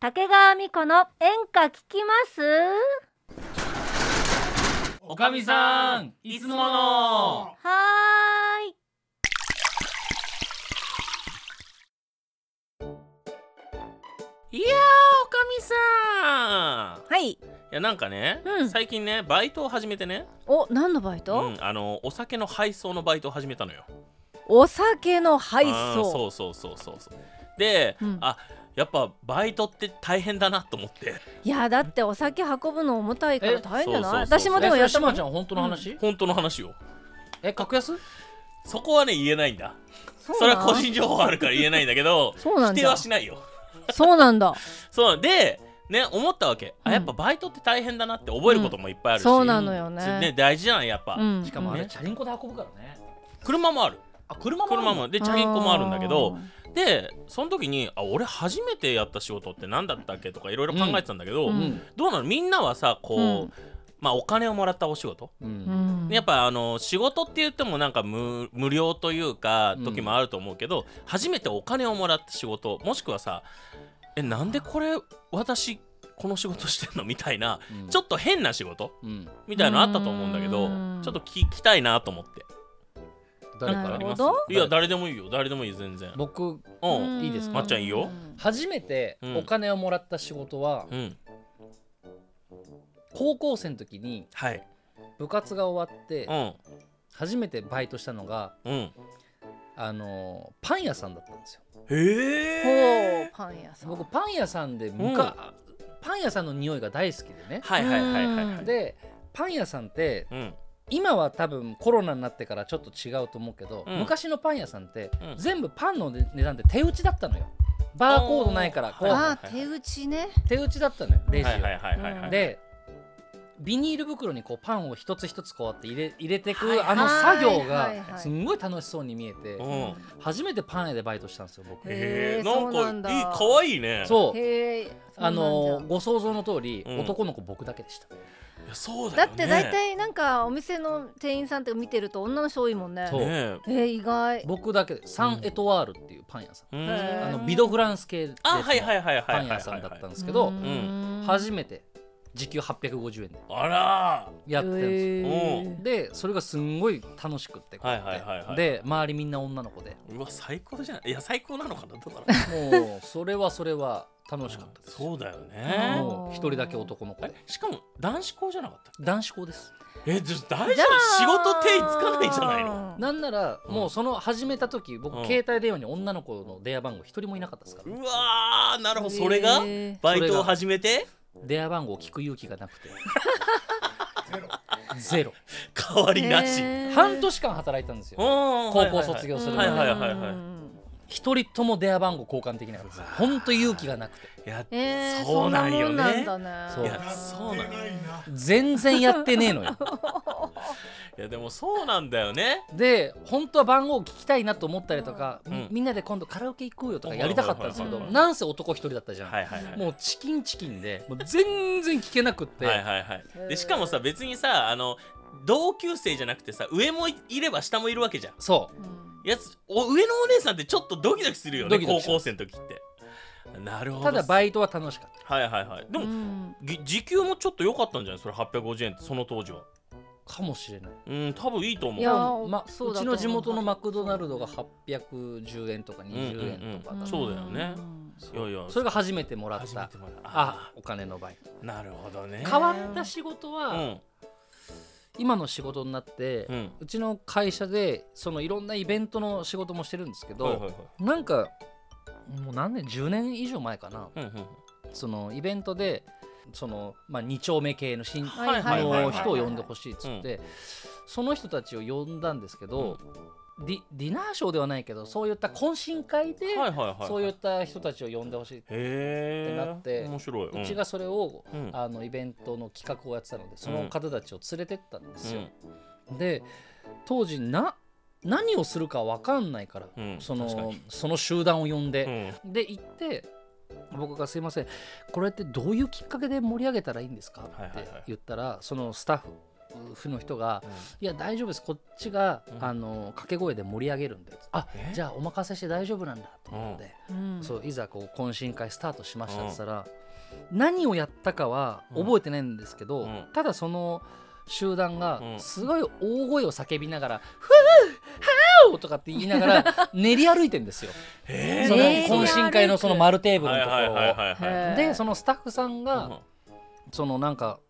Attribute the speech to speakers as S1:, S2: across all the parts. S1: 竹川美子の演歌聞きます
S2: おかみさんいつもの
S1: はーい
S2: いやーおかみさん
S1: はい
S2: いやなんかね、
S1: うん
S2: 最近ねバイトを始めてね、
S1: お何のバイ
S2: う
S1: ト、
S2: ん、あのお酒の配送のバイトを始めたのよ
S1: お酒の配
S2: あ
S1: 送
S2: ーそうそうそうそうそうで、
S1: うん
S2: あやっぱバイトって大変だなと思って
S1: いやだってお酒運ぶの重たいから
S3: え
S1: 大変じゃない
S2: そうそうそう
S1: 私
S2: ま
S1: も
S2: あ
S1: でも
S3: えそ
S1: や
S3: れ
S1: った
S3: し
S1: も
S3: ま
S1: ん
S3: ちゃん本当の話、
S2: 本当の話を
S3: え格安
S2: そこはね言えないんだ
S1: そ
S2: それ
S1: う
S2: は
S1: なん
S2: 個人情報あるから言えないんだけど
S1: そうな
S2: 否
S1: ん
S2: 定
S1: だ
S2: はしないよ
S1: そうなんだ
S2: そうでね思ったわけ、
S1: うん
S2: あやっぱバイトって大変だなって覚えることもいっぱいあるし、
S1: そうなのよね
S2: ね大事じゃないやっぱ、
S1: うん
S3: しかもあれ、
S2: ね
S3: チャリンコで運ぶからね
S2: 車もある
S3: あ車もある
S2: 車
S3: の
S2: もでチャリンコもあるんだけ
S1: あ
S2: ど
S1: ー
S2: でその時にあ俺初めてやった仕事って何だったっけとかいろいろ考えてたんだけど、
S1: うん
S2: どうなのみんなはさこう、
S1: うん
S2: まあ、お金をもらったお仕事、
S3: うん、うん
S1: うん
S2: やっぱあの仕事って言ってもなんか無無料というか
S3: うん
S2: 時もあると思うけど、初めてお金をもらった仕事もしくはさえなんでこれ私この仕事してんのみたいなちょ
S3: と、
S2: っと変な仕事
S3: うん、
S2: みたいなのあったと思うんだけど
S1: うん
S2: ちょっと聞きたいなと思って
S3: 誰
S1: なる
S3: から
S2: あり
S1: ほど
S2: ますいや誰でもいいよ誰でもいい全然
S3: 僕
S2: う
S1: うんん
S3: いいですか
S2: まっちゃんいいよ
S3: 初めて
S2: うん
S3: お金をもらった仕事は、
S2: うん
S3: 高校生の時に
S2: はい
S3: 部活が終わって、
S2: うん
S3: 初めてバイトしたのが
S2: うん
S3: あのーパン屋さんだったんですよ
S1: ほ
S2: へ
S1: う
S2: え
S1: パン屋さん
S3: 僕パン屋さんでむか、パン屋さんの匂いが大好きでね、
S2: はいはいはいはいはい
S3: でパン屋さんって
S2: うん
S3: 今は多分コロナになってからちょっと違うと思うけど、
S2: うん
S3: 昔のパン屋さんって、
S2: うん
S3: 全部パンの値段って手打ちだったのよバーコードないからこ
S2: おーは
S3: う
S1: あー手打ちね
S3: 手打ちだったのよレジを、
S2: はいはいはいはいはい
S3: でビニール袋にこうパンを一つ一つこうやって入れ入れてく、
S2: はいはい
S3: あの作業
S1: はいはい
S3: がすんごい楽しそうに見えて、
S2: うん
S3: 初めてパン屋でバイトしたんですよ
S1: へ
S3: 僕
S2: へ
S1: え
S2: え
S1: そうなん
S2: ん
S1: だ
S2: かいい可愛いねう
S3: そう
S1: へえ
S3: あのーご想像の通り、
S2: うん
S3: 男の子僕だけでした
S2: そうだ
S1: だ
S2: よ
S1: っ
S2: ね
S1: て大体なんかお店の店員さんって見てると女の人多いもんね
S3: そう
S2: ね
S1: えー、意外
S3: 僕だけでサンエトワールっていうパン屋さん、
S2: えう
S1: へ
S2: ん
S1: ー
S3: あのビドフランス系で
S2: あはいはいはいはいはい
S3: パ
S2: は
S3: ン
S2: い
S3: 屋さんだったんですけ
S1: う
S3: ど
S1: ーん
S3: 初めて時給850円で
S2: あら
S3: やってるんですよ
S1: えー
S2: う
S3: でそれがすんごい楽しくってこうやって
S2: はいはいはいはい
S3: で周りみんな女の子で
S2: ーうわ最高じゃないいや最高なのかなどうだろう
S3: もうそれはそれは楽しかったです
S2: そうだよ
S1: だ
S2: ね
S3: もう一人だけ男の子
S2: え
S3: で
S2: しかも男子校じゃなかった
S3: 男子校です
S2: えじゃあ大丈夫仕事手つかないんじゃないの
S1: な
S3: なんなら
S2: うん
S3: もうその始めた時僕
S2: うん
S3: 携帯電話に女の子の電話番号一人もいなかったですから
S2: うわーなるほどそれが
S1: え
S2: バイトを始めて
S3: 電話番号を聞く勇気がなく てゼロ
S2: 変わりなし
S1: ー
S3: 半年間働いたんですよ
S2: 高
S3: 高校卒業するまで
S2: はいはいはいはい
S1: うん
S3: 一人とも電話番号交換できなかったですほんと勇気がなくて
S2: いや
S1: えー、
S2: そ
S1: そう
S2: う
S1: な
S2: なん
S1: んよ
S2: よ
S1: ね
S2: ね
S1: なんだね
S3: そう
S2: いやそうなんよ
S3: 全然やってねえのよ
S2: いやでもそうなんだよね
S3: で本当は番号聞きたいなと思ったりとか、
S2: うん
S3: みみんなで今度カラオケ行こうよとかやりたかったんですけど、
S1: うんうん
S3: なんせ男一人だったじゃん、
S2: はいはいはい
S3: もうチキンチキンでもう全然聞けなくって、
S2: はいはいはい
S1: へー
S2: でしかもさ別にさあの同級生じゃなくてさ上もいいれば下もいるわけじゃん
S3: そ
S1: うん
S2: やつお上のお姉さんってちょっとドキドキするよね
S3: ドキドキし
S2: 高
S3: ま
S2: 校生の時ってなるほ
S3: う
S2: ど
S3: ただバイトは楽しかっ
S2: はいはいはいでも、
S1: うん
S2: ぎ時給もちょっと良かったんじゃないそれ850円ってその当時は
S3: たかもしれない
S2: うん多分いいと思う
S1: いや
S3: うんま、
S1: そう
S3: う
S1: だ
S3: ち
S1: と思う
S3: の地元のマクドナルドが810円とか20円とかだ、
S2: うんそうだよね
S1: ん
S2: いやいや
S3: それが初めてもらっ
S2: 初め
S3: た
S2: てもらった
S3: あお金のバイト
S2: あなるほどね
S3: 変わった仕事は、
S2: うん
S3: 今の仕事になって、う
S2: うん
S3: ちの会社でそのいろんなイベントの仕事もしてるんですけど、
S2: はいはいはい
S3: なんかもう何年10年以上前かな
S2: うんうん
S3: そのイベントでその、まあ、2丁目系の新
S2: は
S1: はいはいはいはい
S3: の人を呼んでほしいっつって、その人たちを呼んだんですけど、ディディナーショーではないけどそういった懇親会で、
S2: はいはいはい
S3: そうい
S2: へ
S3: った人たちを呼んでほしい、
S2: え
S3: ってなって
S2: 面白い、
S3: うちがそれを、
S2: うん
S3: あのイベントの企画をやってたのでその方たちを連れてったんですよ。で当時な何をするか分かんないから、
S2: うん
S3: そ
S2: 確か
S3: の
S2: に
S3: その集団を呼んで
S2: う、んうん
S3: で行って僕が「すいませんこれってどういうきっかけで盛り上げたらいいんですか?」
S2: はいは
S3: っ
S2: いはい
S3: て言ったらそのスタッフ府の人が
S2: うん
S3: 「いや大丈夫ですこっちが、
S2: うん
S3: あの掛け声で盛り上げるんで」あ
S2: え
S3: じゃあお任せして大丈夫なんだ」と思って、
S1: うん
S3: そういざこう懇親会スタートしましたっ
S2: うん
S3: て言ったら、何をやったかは覚えてないんですけど、
S2: うん
S3: ただその集団が
S2: うん
S3: すごい大声を叫びながら「ふぅはぁ!」とかって言いなが ら練り歩いてんですよ、
S2: えー
S3: その
S1: 練り歩
S3: 懇
S1: く
S3: 親会のその丸テーブル
S2: はい
S3: のとこ
S2: はい
S3: ろを、
S2: はいはいはい
S1: へー
S3: でそのスタッフさんが、
S2: うん
S3: そのなんか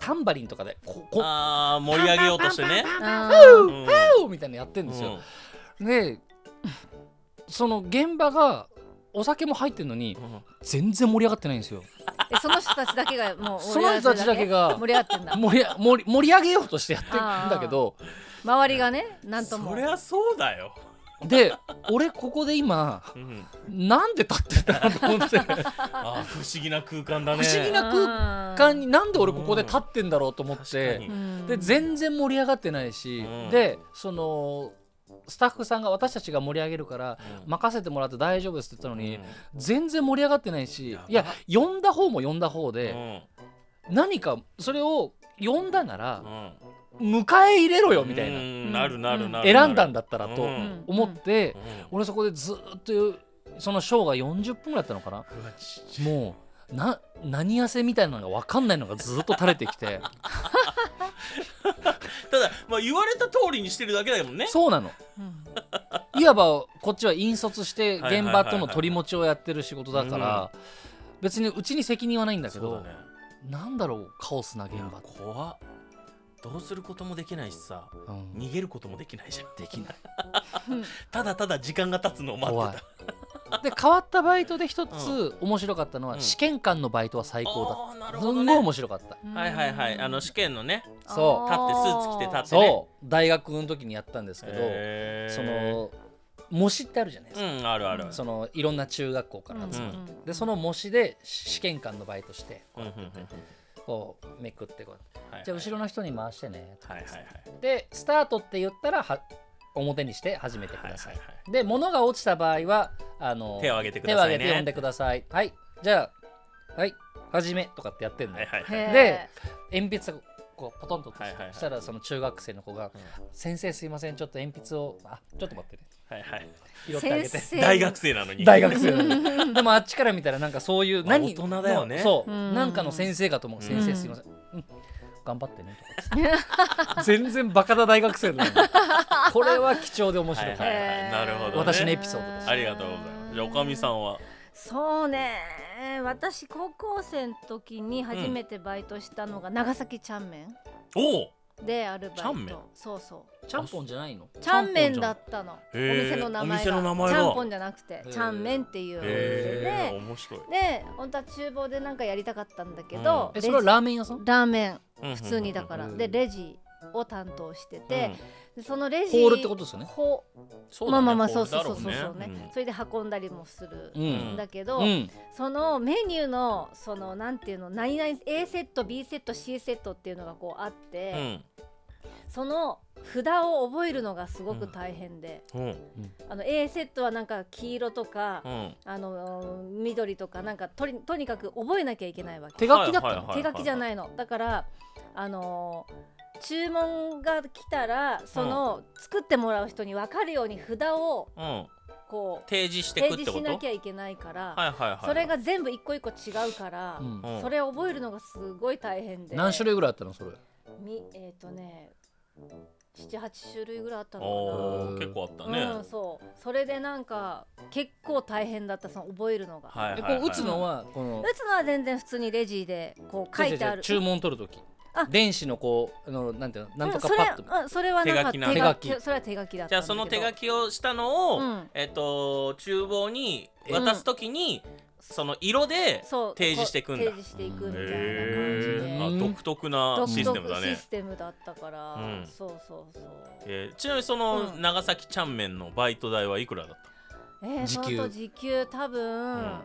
S3: タンバリンとかでここ
S2: あー盛り上げようとしてね
S1: あ
S2: う
S1: ー
S2: ん
S3: うみたいなのやってんですよ、
S2: う
S3: でその現場がお酒も入ってんのに
S2: んうん
S3: 全然盛り上がってないんです よ
S1: えその人たちだけがもう
S3: その人たちだけが
S1: 盛り上がってんだ
S3: 盛りあ盛り盛り上げようとしてやってるんだ けど
S1: 周りがねなんとも
S2: そりゃそうだよ
S3: で俺ここで今
S2: うん
S3: なんで立ってたのと 思って
S2: あー不思議な空間だね
S3: 不思議な
S1: 空
S3: 他になんで俺ここで立ってんだろうと思っ
S2: 確か
S3: て
S2: に
S3: で全然盛り上がってないし
S2: うん
S3: でそのスタッフさんが私たちが盛り上げるから任せてもらって大丈夫ですって言ったのに全然盛り上がってないし
S2: やば
S3: いや呼んだ方も呼んだ方
S2: うん
S3: で何かそれを呼んだなら
S2: うん
S3: 迎え入れろよみたい
S2: うん
S3: な
S2: なるなるなる
S3: 選んだんだったらと
S2: うん
S3: 思って
S2: うん
S3: 俺そこでずーっとそのショーが40分ぐらいだったのかな
S2: うわち
S3: もうな何痩せみたいなのが分かんないのがずっと垂れて き
S2: た
S3: て
S2: だまあ言われた通りにしてるだけだもんね
S3: そうなのいわばこっちは引率して現場との取り持ちをやってる仕事だ
S2: はい
S3: か
S2: はいは
S3: ら別にうちに責任はないんだけ
S2: そう
S3: ど
S2: だね
S3: なんだろうカオスな現
S2: いや
S3: 場って
S2: 怖っどうすることもできないしさ
S3: うん
S2: 逃げることもできないじゃん できない
S1: うん
S2: ただただ時間が経つのを待
S3: 怖
S2: っ
S3: い
S2: てた
S3: で変わったバイトで一つ
S2: う
S3: 面白かったの
S2: う
S3: は
S2: ん
S3: 試験官のバイトは最高だっ
S2: あーな
S3: た
S2: る
S3: す
S2: ほ
S3: んご
S2: ど
S3: い
S2: ね
S3: 面白かった
S2: はいはいはいあの試験のね
S3: そう
S2: 立ってスーツ着て立っ
S1: って
S2: ね
S3: そう大学の時にやったんですけど
S2: へー
S3: その模試ってあるじゃないですか
S2: うんあるある
S3: そのいろんな中学校から集まる、
S2: うん
S3: でその模試で試験官のバイトして
S2: うんうんうんうん
S3: こうめくってこうやって
S2: はい
S3: じゃあ後ろの人に回してね
S2: はいはいはい
S3: でスタートって言ったらは表にして始めてくださ
S2: は
S3: い、
S2: いはいは
S3: で物が落ちた場合はあの
S2: 手を挙げてく
S3: 手
S2: ださ
S3: を挙
S2: い
S3: げて呼ん
S2: ね
S3: でくださいはいじゃあはい始めとかってやってんの、
S2: はいはいはい
S3: で鉛筆がこうポトンと落とし
S2: はい
S3: て、
S2: はいはい
S3: したらその中学生の子が
S2: うん
S3: 「先生すいませんちょっと鉛筆をあちょっと待ってね
S2: はいはい
S3: 拾ってあげて
S1: 先生
S2: 大学生なのに
S3: 大学生なの でもあっちから見たらなんかそういう
S2: まあ
S3: 何
S2: 大人だよね
S3: のそう
S1: うん
S3: なんかの先生かと思う
S2: うん
S3: 先生すいません、うん頑張ってねとか全然バカな大学生なのこれは貴重で面白い、
S2: はいはいなるほどね私の
S3: エピソードです
S2: ありがとうございますじゃあおかみさんは
S1: そうね私高校生の時に初めてバイトしたのが長崎ちゃんめん
S2: おお
S1: でアルバイト
S2: ちゃんめん
S1: そうそう
S3: ちゃんぽんじゃないの
S1: ちゃんめんだったのお
S2: へー
S1: 店の名前が
S2: お店の名前
S1: ち
S2: が
S1: ゃんぽんじゃなくて
S3: ー
S1: ちゃんめんっていうお店
S2: へえ
S1: で
S2: 面白い
S1: で本当は厨房でなんかやりたかったんだけど、
S3: え
S1: レジ
S3: それはラーメン屋さん
S1: ラーメン
S2: 普
S1: 普通にだから、
S3: うん
S1: でレジを担当してて、でそのレジ
S3: ホールってことですよね
S1: ほ
S2: そう
S1: ま
S2: だ
S1: あ
S2: ね
S1: まあまあそ
S2: こ
S1: うそう
S2: だ
S1: そ
S2: ろ
S1: うそうそうね、
S2: ん
S1: それで運んだりもする
S3: うんん
S1: だけど、
S3: うん
S1: そのメニューのそのなんていうの何々 A セット B セット C セットっていうのがこうあって、その札を覚えるのがすごく大変で、
S2: うん
S1: あの A セットはなんか黄色とか、
S2: うん
S1: あの緑とかなんかとりとにかく覚えなきゃいけないわけ
S3: 手書きだったの、
S2: はいは
S1: 手
S2: い
S1: 書きじゃ
S2: い
S1: ないのだからあのー注文が来たらその、作ってもらう人に分かるように札を
S2: うん
S1: こう
S2: 提示して
S1: 提
S2: くって
S1: 示
S2: こと
S1: しなきゃいけないから、
S2: はいはいはい
S1: それが全部一個一個違うから、
S3: うん
S2: うん
S1: それを覚えるのがすごい大変で
S3: 何種類ぐらいあったのそれ
S1: みえっ、とね78種類ぐらいあったの
S2: おー
S3: うん
S2: 結構あった
S1: か
S2: ね
S1: な、うんそうそれでなんか結構大変だったその覚えるのが、
S2: はいはい
S3: え
S2: は
S3: こ
S2: いう
S3: 打つのはこの
S1: 打つのは全然普通にレジでこう書いてある
S3: 注文取るとき
S1: あ
S3: 電子のこうあのなんていうのなんとか
S1: うんそ
S3: パ
S1: れ
S3: ッと
S1: うんそれはなんか
S2: 手書きな
S1: 手書き
S3: 手書き
S1: それは手書きだった
S2: じゃあその手書
S1: き
S2: きをしたのを、
S1: うん
S2: えっと厨房に渡すときに、その色で
S1: そう
S2: 提示していくんだ
S1: こう提示していくみたいな感
S2: へ
S1: じ
S2: え
S1: で
S2: あ
S3: うん
S2: 独特な
S1: 独特
S2: システムだね
S1: システムだったから、
S2: うん
S1: そうそうそう
S2: えーちなみにその
S1: うん
S2: 長崎ちゃんめんのバイト代はいくらだった、
S1: えー、
S3: 時
S1: そ
S3: 給
S1: の後時給多分、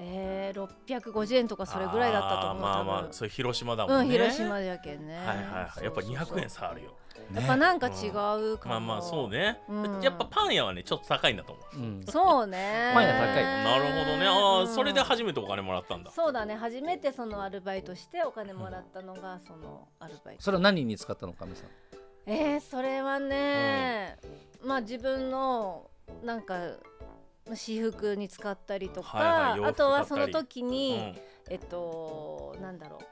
S1: えー、650円とかそれぐらいだったと思う
S2: あーまあ
S1: 多分
S2: まあそれ広島だもんね、
S1: うん広島やけんね
S2: はいはいはいやっぱ200円差あるよ
S1: やっぱなんか違うかも、
S2: まあまあそうね、
S1: うん
S2: やっぱパン屋はねちょっと高いんだと思う
S3: うん
S1: そう ね
S3: パン屋高い
S2: なるほどねああ、それで
S1: は
S2: 初めてお金もらったんだ
S1: そうだね初めてそのアルバイトしてお金もらったのがそのアルバイト
S3: それは何に使ったのかみさん
S1: えー、それはね、まあ自分のなんか私服に使ったりとか、
S2: はいはい洋
S1: あと
S2: 服買ったり
S1: はその時
S2: う
S1: に、
S2: ん
S1: えっとなんだろう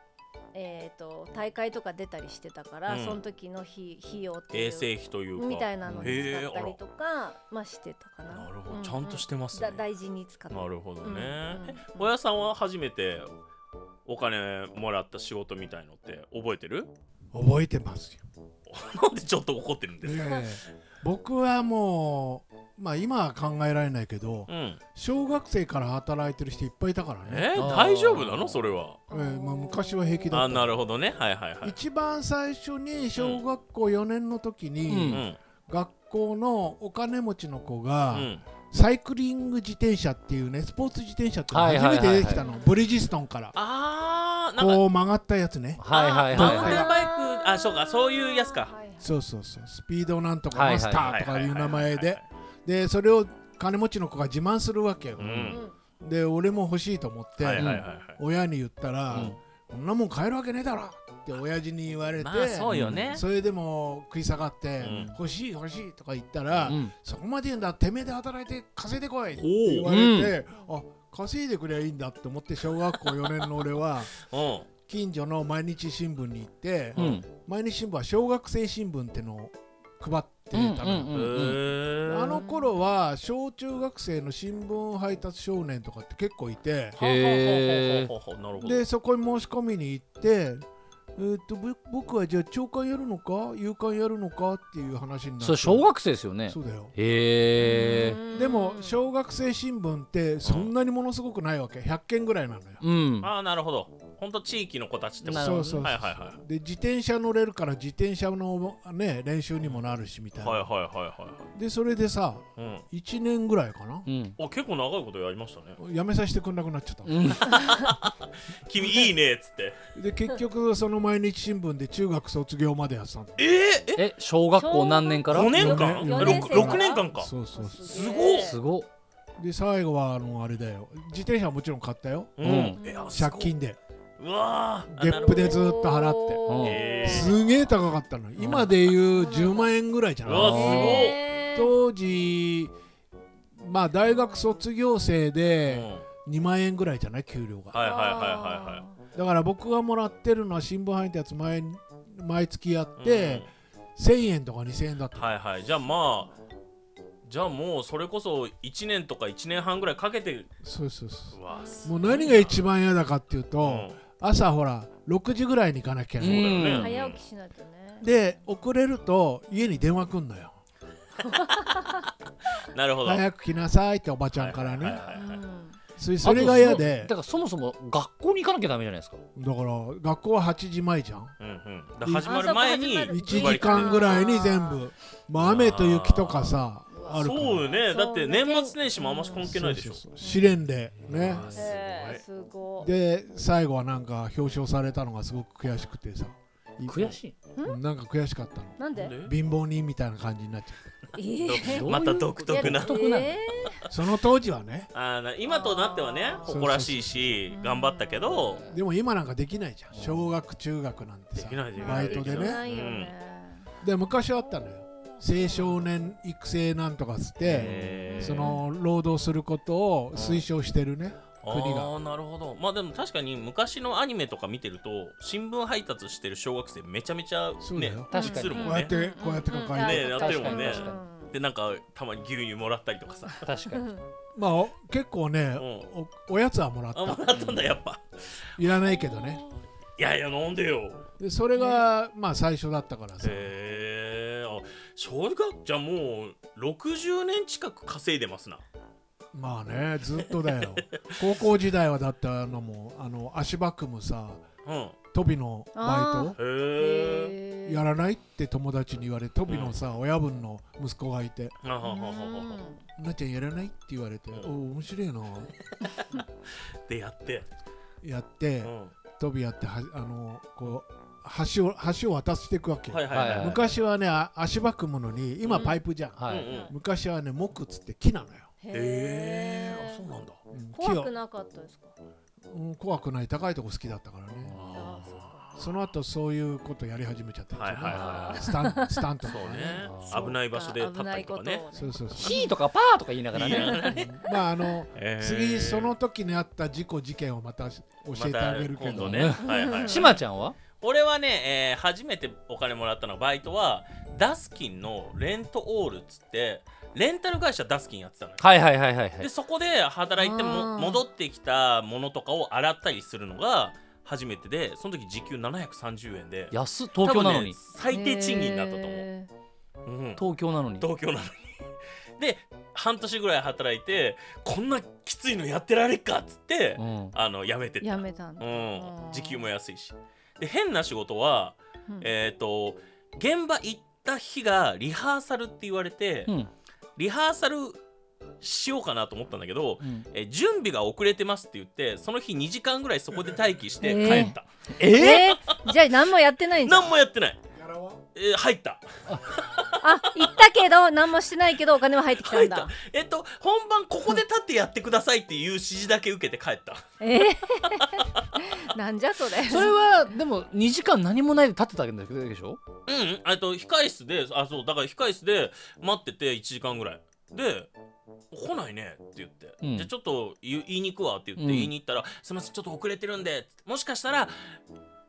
S1: えっと大会とか出たりしてたから、
S2: うん
S1: その時の費費用っていう
S2: 衛生費というか
S1: みたいなのに
S2: へ
S1: 使
S2: え
S1: ったりと
S2: あ
S1: か、まあしてたかな。
S2: らなるほど、
S1: うう
S2: ちゃんとしてますね
S1: だ大事に使って
S2: なるほどね、
S1: うんうんうん
S2: え親さんは初めてお金もらった仕事みたいのって覚えてる
S4: 覚えてますよ
S2: なんでちょっと怒ってるんですか、
S4: ええ僕はもうまあ今は考えられないけど
S2: うん、
S4: 小学生から働いてる人いっぱいいたからね、
S2: え
S3: あー
S2: 大丈夫なのそれは
S4: ええまあ、昔は平気だ
S2: あ
S4: った
S2: なるほどねはいはいはい、
S4: 一番最初に小学校4年の時
S2: う
S4: に、
S2: ん
S4: 学校のお金持ちの子
S2: う
S4: が、
S2: ん、
S4: サイクリング自転車っていうねスポーツ自転車っていうのが初めて出てきたの、
S1: はいはいはいはい
S4: ブリヂストンから
S2: あーなんか
S4: こう曲がったやつね
S3: はいはい
S2: マ
S3: はい
S2: ウン
S3: は
S2: テ
S3: い
S2: ンバイクあそうかそういうやつか
S1: はいはい
S4: そうそうそうスピードなんとか
S3: はいは
S4: マ
S3: い
S4: ス
S3: はい
S4: ターとかいう名前ででそれを金持ちの子が自慢するわけよ、
S2: うん
S1: うん
S4: で俺も欲しいと思って、
S2: はいはいはいはい
S4: 親に言ったら、
S3: うん
S4: こんなもん買えるわけねえだろって親父に言われて、
S2: まあそうよね、
S4: それでも食い下がって、
S2: ん
S4: 欲しい欲しいとか言ったら、
S3: うん
S4: そこまで言うんだてめえで働いて稼いでこいって言われて、あ稼いでくりゃいいんだって思って小学校4年の 俺は
S2: うん
S4: 近所の毎日新聞に行って、
S3: うん
S4: 毎日新聞は小学生新聞ってのを配って
S3: う
S4: た
S3: んう
S4: の、
S3: ん
S2: へ
S3: うん
S2: ー
S4: あの頃は小中学生の新聞配達少年とかって結構いて
S3: へー
S2: ほうほうほうほうほうなるほど
S4: でそこに申し込みに行って、えーっとぶ僕はじゃあ長官やるのか夕刊やるのかっていう話になって
S3: それ小学生ですよね
S4: そうだよ
S3: へえ
S1: うん
S4: でも小学生新聞ってそんなにものすごくないわけ100件ぐらいなのよ
S3: うん
S2: ああなるほどほんと地域の子たちってこと
S3: なる
S4: そ
S3: ほど
S4: うそうそう
S2: はいはいは
S4: で自転車乗れるから自転車の、ね、練習にもなるしみたい
S2: い
S4: な、
S2: はいはいはいは
S4: でそれでさ
S2: いうん
S4: 1年ぐらいかな、
S3: うん
S2: あ結構長いことやりましたね
S4: やめさせてくんなくなっちゃったの、
S3: うん
S2: 君いいねっつって
S4: で結局その毎日新聞で中学卒業までやってたんだよ
S2: ええ
S3: え小学校何年から
S2: 5年間
S4: 四年
S2: 六六年間か
S4: そうそうそう
S2: すごっ
S3: すごっ
S4: で最後はあのあれだよ自転車はもちろん買ったよ
S2: う
S3: うん
S2: んいや
S4: 借金で
S2: うわーあ
S4: ゲ
S2: な
S4: ッ
S2: る
S4: プ
S2: ほ
S4: でずっと払って
S3: うん
S2: えー
S4: すげえ高かったの今でいう10万円ぐらいじゃ
S2: どう
S4: ない
S2: わすごい
S1: へー
S4: 当時まあ大学卒業生
S2: うん
S4: で2万円ぐらいじゃない給料が
S2: はいはいはいはいはい
S4: だから僕がもらってるのは新聞配達毎毎月やっ
S2: うん
S4: て1000円とか2000円だった
S2: はいはいじゃあまあじゃあもうそれこそ1年とか1年半ぐらいかけて
S4: そうそうそう
S2: うわす
S4: も
S2: ご
S4: う
S2: い
S4: 何が一番嫌だかっていう
S2: う
S4: と
S2: ん
S4: 朝ほら6時ぐらいに行かなきゃいけない
S2: ね
S3: うん
S1: 早起きしないとね。
S4: で遅れると家に電話くんのよ
S2: なるほど
S4: 早く来なさいっておばちゃんから
S2: はいは
S4: ね
S2: いは
S1: う
S2: いはい
S1: ん
S4: それそれが嫌で
S3: だからそもそも学校に行かなきゃダメじゃないですか
S4: だから学校は8時前じゃん
S2: うんうんだから始まる前に
S1: あそうか始まる
S4: 1時間ぐらいに全部まあ雨と雪とかさ
S1: あー
S4: あるから
S2: そうよねだって年末年始もあんまし関係ないでしょ
S4: そうそうそう試練でね
S2: あー
S1: へー
S2: す
S1: すごい。
S4: で最後はなんか表彰されたのがすごく悔しくてさ
S3: 悔しい
S4: なんか悔しかったの
S1: なんで
S2: ごい？ね
S4: 貧乏人みたいな感じになっちゃ
S1: えー
S3: どういう
S2: また独特な
S3: 独特なの
S1: え
S4: ったその当時はね
S2: あーな今となってはね
S4: そうそうそう
S2: 誇らしいし頑張ったけど
S4: でも今なんかできないじゃん小学中学なんて
S2: で
S4: さ
S2: きないでき
S1: ー
S2: な
S4: バ
S2: い
S4: イトで
S1: でき
S4: ね
S1: ないよね
S4: で昔はあったのよ青少年育成なんとかつって
S2: へー
S4: その労働することを推奨してるね国が
S2: ああなるほどまあでも確かに昔のアニメとか見てると新聞配達してる小学生めちゃめちゃ
S4: そうだ
S2: ね
S4: よ
S3: 確か
S2: 映
S3: に
S2: る
S4: こ
S2: も
S4: うんや
S2: ね
S4: ってこうやって抱えて
S2: ねやってるもんね
S3: 確かに
S2: でなんかたまに牛乳もらったりとかさ
S3: 確かに
S4: まあお結構ね
S2: う
S4: おおやつはもらっ
S2: あも
S4: た
S2: らったんだやっぱ
S4: いらないけどね
S2: いやいや飲んでよ
S4: でそれがまあ最初だったからさ
S2: へえあ小学じゃあもう60年近く稼いでますな
S4: まあねずっと だよ高校時代はだってあのもうあの足場組むさ
S2: うんへ
S4: 飛びのバイ
S2: え
S4: ト
S1: え
S4: やらないって友達に言われ飛びのさ、親分の息子がいて
S2: ははははは
S4: 「なっちゃんやらない?」って言われて「
S2: うん
S4: おお面白いな」
S2: でやって
S4: やっ
S2: う
S4: て
S2: ん
S4: 飛びやってはあのこう橋を橋を渡していくわけ、
S2: はいはいはい
S3: は
S2: はいい
S4: 昔はねあ足ばくものに今
S1: うん
S4: パイプじゃん、
S3: はい
S2: うんうん
S4: 昔はね木っつって木なのよ、
S2: へえあそうなんだ
S4: うん木
S1: 怖
S4: を
S1: くなかったですか
S4: うん怖くない高いとこ好きだったからね
S1: あ
S2: あ
S1: ーそうか
S4: その後そういうことやり始めちゃったんじゃない
S2: はいはいはい
S4: スタ ンスタントと
S2: そう
S4: か
S2: ね
S3: あ
S1: そうか
S2: 危ない場所で立ったりとか
S1: 危
S2: ね
S1: ないこと
S4: そ
S1: を
S4: うそうそう
S3: ヒーとかパーとか言いながら
S2: いい
S3: ね。
S2: な
S4: まああの
S2: えー
S4: 次その時にあった事故事件をまた教えてあげる
S2: また
S4: け
S2: 今
S4: ど、
S2: 度ね、はいはい、
S3: しまちゃんは
S2: 俺はね、えー初めてお金もらったのバイトはダスキンのレントオールっつってレンタル会社ダスキンやってたのよ、
S3: はいはいはいはいは
S2: で。そこで働いても
S1: あー
S2: 戻ってきたものとかを洗ったりするのが初めてでその時時給730円で
S3: 安っ東京な
S2: 多
S3: の
S2: 分ね
S3: に。
S2: 最低賃金だったと思う、
S1: へ
S2: うん、
S3: 東京なのに。
S2: 東京なのにで半年ぐらい働いてこんなきついのやってられっかっつって、
S3: うん。
S2: あの辞めてっ
S1: ー
S2: た
S1: やめたんだ
S2: うん
S1: あー、
S2: 時給も安いしで変な仕事は
S1: うん
S2: えっ、と現場行った日がリハーサルって言われて、
S3: うん。
S2: リハーサルしようかなと思ったんだけど、
S3: うん
S2: えー準備が遅れてますって言ってその日2時間ぐらいそこで待機して
S1: えー
S2: 帰った、
S1: えーじゃあ何もやってないんじゃん
S2: 何もやってない、えー入った
S1: あ行ったけど何もしてないけどお金は入ってきた
S2: 入
S1: ん
S2: った
S1: だ
S2: えっと本番ここで立ってやってくださいっていう指示だけ受けて帰った
S1: えー なんじゃそれ
S3: それはでも2時間何もないで立ってたわけでしょ
S2: うんうんえっと控室であそうだから控室で待ってて1時間ぐらいで来ないねって言って、
S3: うん
S2: じゃあちょっと言い言いに行くわって言って、
S3: うん
S2: 言いに行ったらすみませんちょっと遅れてるんでもしかしたら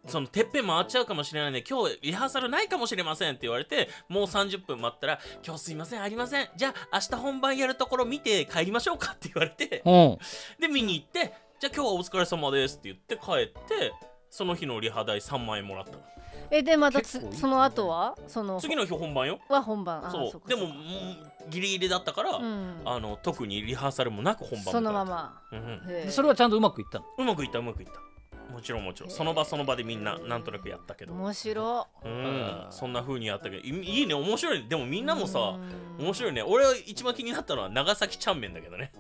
S2: そのてっぺん回っちゃうかもしれないんで今日リハーサルないかもしれませんって言われてもう30分待ったら今日すいませんありませんじゃあ明日本番やるところ見て帰りましょうかって言われて
S3: うん。
S2: で見に行ってじゃあ今日はお疲れ様ですって言って帰ってその日のリハ代3万円もらったの
S1: えでまたつ
S3: 結構いいね
S1: その後はその
S2: 次の日本番よ
S1: は本番あー
S2: そう
S1: っか
S2: でも
S1: っか
S2: うんギリギリだったから、
S1: うん
S2: あの特にリハーサルもなく本番
S1: そのまま
S2: 迎えた、うんうん
S1: へー
S3: それはちゃんとうまくいったの。
S2: うまくいったうまくいったもちろんもちろん
S1: へー
S2: その場その場でみんななんとなくやったけど、
S1: 面白
S2: うん、そんな風にやったけどいいいね面白いでもみんなもさ面
S1: い
S2: 白いね俺一番気になったのは長崎ちゃんめんだけどね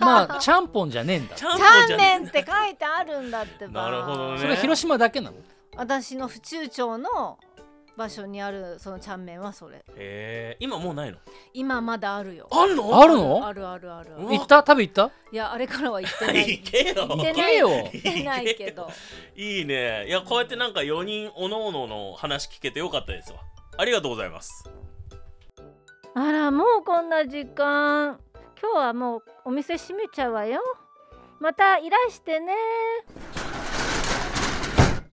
S3: まあちゃんぽんじゃねえんだ。
S2: ちゃん
S1: チ
S2: ぽん
S1: ャ
S2: じゃ
S1: ン
S2: ね
S1: メ
S2: え
S1: ンって書いてあるんだってば
S2: なるほどね
S3: それは広島だけなの。
S1: 私の府中町の場所にあるそのチャンメンはそれ
S2: へー今もうないの
S1: 今まだあるよ
S2: あんの
S3: あるの
S1: あるあるあるあ
S2: う
S1: る
S2: わ
S3: 行った食べ行った
S1: いやあれからは行ってない
S2: いけよ
S1: 行って
S3: 行
S1: な
S3: け
S1: い
S3: よ
S1: 行ってないけど
S2: いいねいやこうやってなんか4人おのおのの話聞けてよかったですわありがとうございます
S1: あらもうこんな時間今日はもうお店閉めちゃうわよまたいらしてね